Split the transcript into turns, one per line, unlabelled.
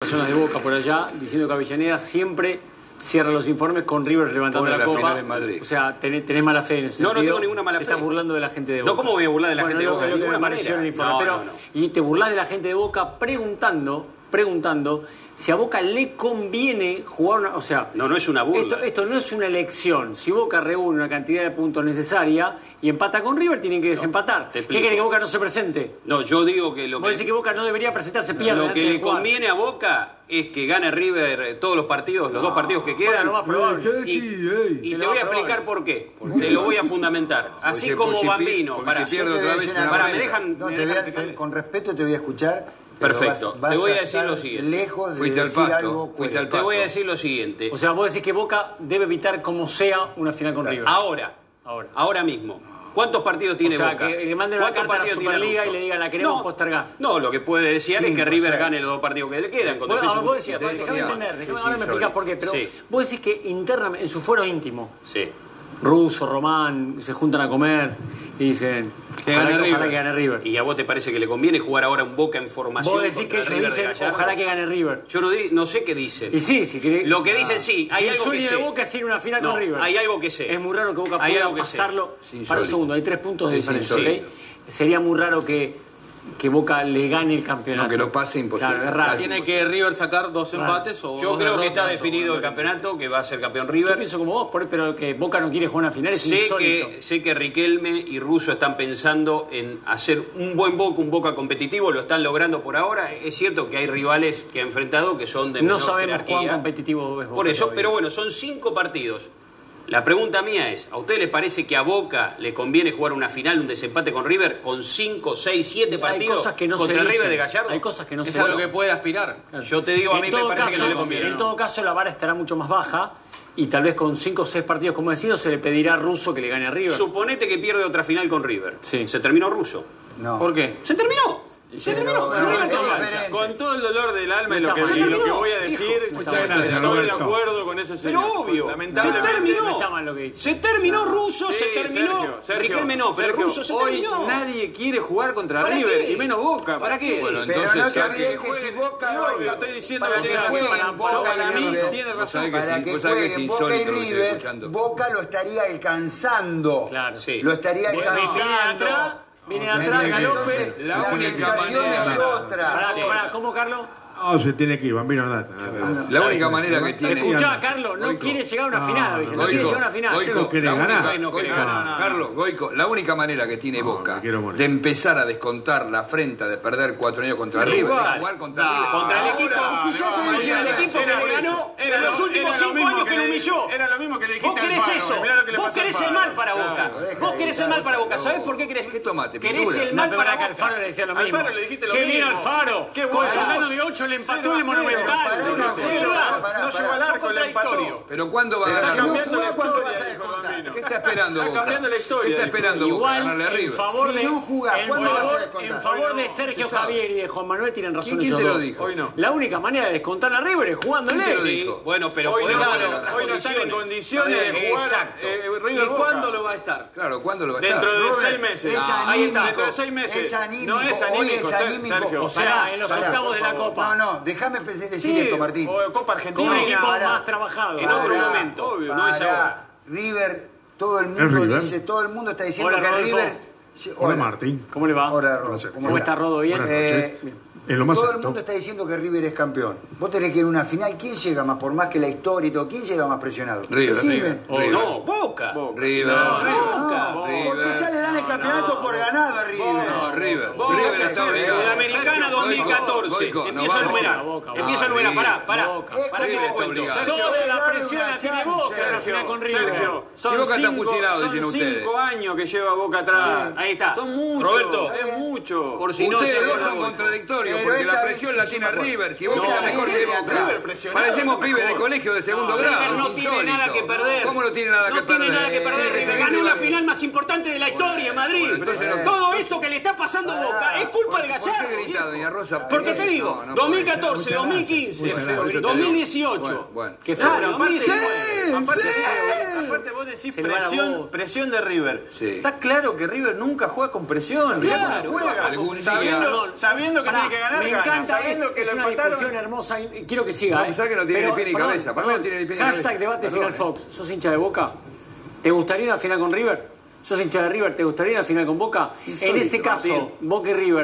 personas de Boca por allá diciendo que Avellaneda siempre cierra los informes con River levantando
Pone
la,
la
copa.
final en Madrid.
O sea, tenés, tenés mala fe en ese
No, no
sentido.
tengo ninguna mala
Te
fe.
estás burlando de la gente de Boca.
No, ¿cómo voy a burlar de la
Bueno,
gente de
no,
Boca?
es
De
lo que me
ninguna
pareció en el
manera.
informe.
No,
Pero-
no, no.
Y te burlás de la gente de Boca preguntando, preguntando si a Boca le conviene jugar una... O sea...
No, no es una burla.
Esto, esto no es una elección. Si Boca reúne una cantidad de puntos necesaria y empata con River, tienen que desempatar.
te
¿Qué
explico.
quiere que Boca no se presente?
No, yo digo que lo
Vos
que,
decís que Boca no debería presentarse, pierde.
lo
antes
que
de
le
jugar.
conviene a Boca es que gane River eh, todos los partidos, los dos partidos que
Bueno,
quedan.
lo más probable.
¿Qué decís, ey?
Y
Te lo
te voy a
aprobaron.
explicar por qué. Te lo voy a fundamentar. Así
Porque
como
si pi-
Bambino.
porque
Pará.
si pierde otra vez
Yo te voy a decir
una
una
Pará,
cosa.
me dejan.
No,
me
te
dejan
voy a- te-
explicarle.
con respeto te voy a escuchar. pero
Perfecto.
vas- vas
Te voy a decir
estar
lo siguiente.
Lejos de
Fuiste al
decir
pasto,
algo
fuiste
fuera.
al
Te
pasto.
voy a decir lo siguiente.
O sea, vos decís que Boca debe evitar como sea una final con River.
Ahora.
Ahora.
Ahora mismo. ¿Cuántos partidos tiene
sea,
Boca?
que le manden una
¿Cuántos
carta a la
tiene
Superliga
Russo?
y le digan, "La queremos
No,
postergar".
No, lo que puede desear es que
Cinco,
River
seis.
gane los dos partidos que le quedan. con
Bueno,
Defensa
ahora
y
ah, vos decías,
Justicia.
pará, déjame
decía-
entender, déjame-
sí,
ahora me
sorry.
explicás por qué, pero
Sí.
vos decís que internamente, en su fuero íntimo,
Sí.
Russo, Román, se juntan a comer y dicen,
Que
ojalá,
gane
ojalá
River.
que gane River.
¿Y a vos te parece que le conviene jugar ahora un Boca en formación?
Vos decís
contra
que
el
ellos
River de
dicen,
Gallardo?
ojalá que gane River.
Yo no, di- no sé qué dicen.
Y sí, si querés...
Lo que dicen sí, hay
Si
algo
el sueño
que sé.
de Boca es ir a una final
No,
con River.
hay algo que sé.
Es muy raro que Boca
Hay
pueda
algo que sé.
pasarlo
Es
para
insólito.
el segundo. Hay tres puntos de
Es
diferencia,
insólito.
¿ok? Sería muy raro que, que Boca le gane el campeonato.
No, que lo pase imposible.
Claro, es raro.
Casi
Tiene que River sacar dos empates o
Yo
dos
creo que está
derrotas o-
definido el campeonato, que va a ser campeón
Yo
River.
pienso como vos, por- pero que Boca no quiere jugar una final es
Sé
insólito.
que, sé que Riquelme y Russo están pensando en hacer un buen Boca, un Boca competitivo, lo están logrando por ahora. Es cierto que hay rivales que ha enfrentado que son de
No
menor
sabemos cuán
jerarquía.
competitivo es Boca.
Por eso,
todavía.
pero bueno, son cinco partidos. La pregunta mía es, ¿a ustedes les parece que a Boca le conviene jugar una final, un desempate con River, con cinco, seis, siete partidos
cosas que no
contra
se
el River
eligen.
de Gallardo?
Hay cosas que no
Es
se
a lo
Bueno.
que puede aspirar.
Yo te digo, a mí me
todo
parece que no le conviene.
En todo caso, la vara estará mucho más baja y tal vez con 5 o 6 partidos, como decido, se le pedirá a Russo que le gane a River.
Suponete que pierde otra final con River.
Sí.
Se terminó Russo.
No.
¿Por qué?
¡Se terminó! ¡Se terminó!
no,
Se
no,
River
es
te engancha.
diferente.
Con todo el dolor del alma y
No
lo que,
está mal.
y lo que
Se
voy a
terminó.
decir,
Hijo,
estoy
gracias,
de
Roberto.
acuerdo con ese señor.
Pero obvio, se
Lamentablemente.
No
terminó.
está mal lo que dice.
Se terminó Russo,
Sí,
se terminó.
Sergio, Sergio,
Riquelme no, pero
Sergio,
Russo se
hoy
terminó.
Nadie quiere jugar contra
¿Para
River
qué?
y menos Boca. ¿Para qué?
Bueno,
Pero
entonces
no te
saque-
olvides que si Boca
No,
juega-
yo estoy diciendo
para
que
que
tiene
jueguen
razón.
Boca
Yo
y
para mí
River,
tiene
Vos
razón.
sabés que
para
sí,
que
vos sabés que es
jueguen Boca y
insólito lo que estoy
River,
escuchando.
Boca lo estaría alcanzando.
Claro.
Sí.
Lo estaría
Viene
alcanzando.
de atrás, viene de atrás,
Entonces,
Galope.
La
la
única
sensación
manera-
es
Pará,
otra.
pará, ¿cómo, Carlos?
Ah, se tiene que ir, Bambino, andate.
La única manera que tiene.
Escuchá, Carlos, no
Goico.
quiere llegar a una
No,
final,
no,
Avellano, no,
Goico,
quiere llegar a una final.
Goico,
No quiere
la única-
ganar.
no quiere
No,
ganar.
no, no.
Carlos, Goico, la única manera que tiene
No,
Boca
me quiero morir.
de empezar a descontar la afrenta de perder cuatro años contra
Sí,
River,
igual.
es jugar contra
No,
River.
contra el
Ahora,
equipo,
ahora,
si yo te
ahora,
decía-
Era el equipo que
Era
le
eso.
ganó
Era
en
lo-
los últimos
era lo
cinco
mismo
años
que
que lo
le-
humilló.
era lo mismo que le dijiste
Vos
al
querés
Faro,
eso.
mirá lo que le
Vos
pasó al
querés el
Faro.
mal para Boca.
Claro,
deja
Vos
de
querés el
gritar,
mal para Boca.
no.
¿Sabés por qué querés?
¿Qué tomate,
Querés
pintura?
el
No,
mal
pero
para
acá
Boca.
Alfaro le decía lo mismo.
Alfaro le dijiste lo
Qué
mismo.
bien Alfaro.
Qué
Con
bueno.
Solano de 8 le empató en el
Cero a cero,
Monumental.
pará,
Cero a
pará,
cero.
Es verdad, no
pará, pará, pará,
llegó al
son
arco, le empató.
Pero ¿cuándo va a
Pero si
ganar
no
Boca?
cambiando
jugás,
la
¿cuánto
historia,
vas a
dijo Bambino.
descontar?
¿Qué está esperando
Está
Boca?
cambiando la historia,
¿Qué está
dijo.
esperando
Igual,
Boca? Ganarle a
en
River.
favor
Si
de,
no jugás,
en
¿cuándo
favor-
vas a descontar?
en favor de Sergio
Se sabe.
Javier y de Juan Manuel tienen razón
¿Quién- quién
ellos
te lo
dos.
dijo?
Hoy no.
La única manera de descontar a River es
¿Quién
jugándole.
te lo
Sí,
dijo.
bueno, pero
Hoy
podés
no,
jugar en otras
hoy no están en condiciones de jugar.
Exacto.
eh, River
¿Y
Boca.
cuándo lo
va a estar?
Claro, ¿cuándo lo va a estar?
Dentro de
Rubén,
seis meses.
es
Ah, Ahí está.
anímico,
Dentro de seis meses.
es anímico,
No es
hoy
anímico,
es
Ser-
anímico.
Sergio.
O sea,
Pará,
en los
pará,
octavos de la
por favor.
Copa.
No, no, déjame pe- decir
Sí,
esto, Martín.
o Copa Argentina.
Con un equipo
Pará.
más trabajado.
En otro
Pará,
momento, obvio, no es
pará.
ahora.
River, todo el mundo
River.
dice, todo el mundo está diciendo
Hola,
que
Rodolfo.
River.
Hola, Martín.
¿Cómo le va?
Hola, Rodo.
Hola,
¿Cómo está Rodo? ¿Bien?
Buenas
Eh,
noches. En lo más
Todo el
alto.
mundo está diciendo que River es campeón. Vos tenés que ir a una final. ¿Quién llega más? Por más que la historia y todo, ¿quién llega más presionado?
River,
Decime.
River.
Oh,
River.
no, Boca.
River.
No, porque ya le dan el campeonato por ganado a River.
No, River.
Boca,
River está
Boca,
obligado.
Sudamericana 2014.
Goico, no
Empieza a
vamos.
numerar.
Boca, Boca,
Empieza a numerar. Pará, pará.
Boca.
Pará que
River
te
está
cuento.
obligado.
Toda la
Darle
presión
una
la tiene
chance,
Boca en la final con River.
Sergio,
Si Boca está fusilado,
son
dicen ustedes.
cinco años que lleva Boca atrás.
Sí. Ahí está.
Son muchos.
Roberto.
Es mucho.
Por si no se
Ustedes
ve
dos
la
son
boca.
contradictorios
Pero
porque la
esta
presión
vez
la
sí
tiene
me acuerdo.
River. Si Boca
No,
está mejor que
River
Boca.
River
presionado,
Parecemos
no,
pibes de
mejor.
colegio de segundo
River
grado.
no
es
tiene nada que
insólito.
perder.
¿Cómo no tiene nada que perder?
No tiene nada que perder.
Eh,
Se ganó la final más importante de la historia, Madrid.
Bueno, entonces-
Todo esto que le está pasando a Boca es culpa de
¿Por qué
Gallardo.
grita,
viejo.
doña Rosa?
Porque te digo,
No, no puede ser.
2014, 2015,
Muchas gracias.
2018.
Bueno, bueno.
Qué feo.
Claro,
aparte,
2019.
aparte, aparte vos decís
Se le va la
presión,
voz.
presión de River.
Sí.
Está claro que River nunca juega con presión.
Claro,
Juega juega.
Algún día.
Sabiendo, sabiendo que
Pará,
tiene que ganar,
Me
gana.
encanta, es,
Sabiendo que
es
lo
una discusión
empataron.
hermosa y y quiero que siga.
No,
eh.
pensá que no tiene ni pie ni
perdón,
cabeza, perdón, no tiene ni pie ni cabeza.
Hashtag debate
Perdón,
final
eh.
Fox. ¿Sos hincha de Boca? ¿Te gustaría una final con River? ¿Sos hincha de River? ¿Te gustaría una final con Boca? En
Insólito,
ese caso,
Martín.
Boca y River.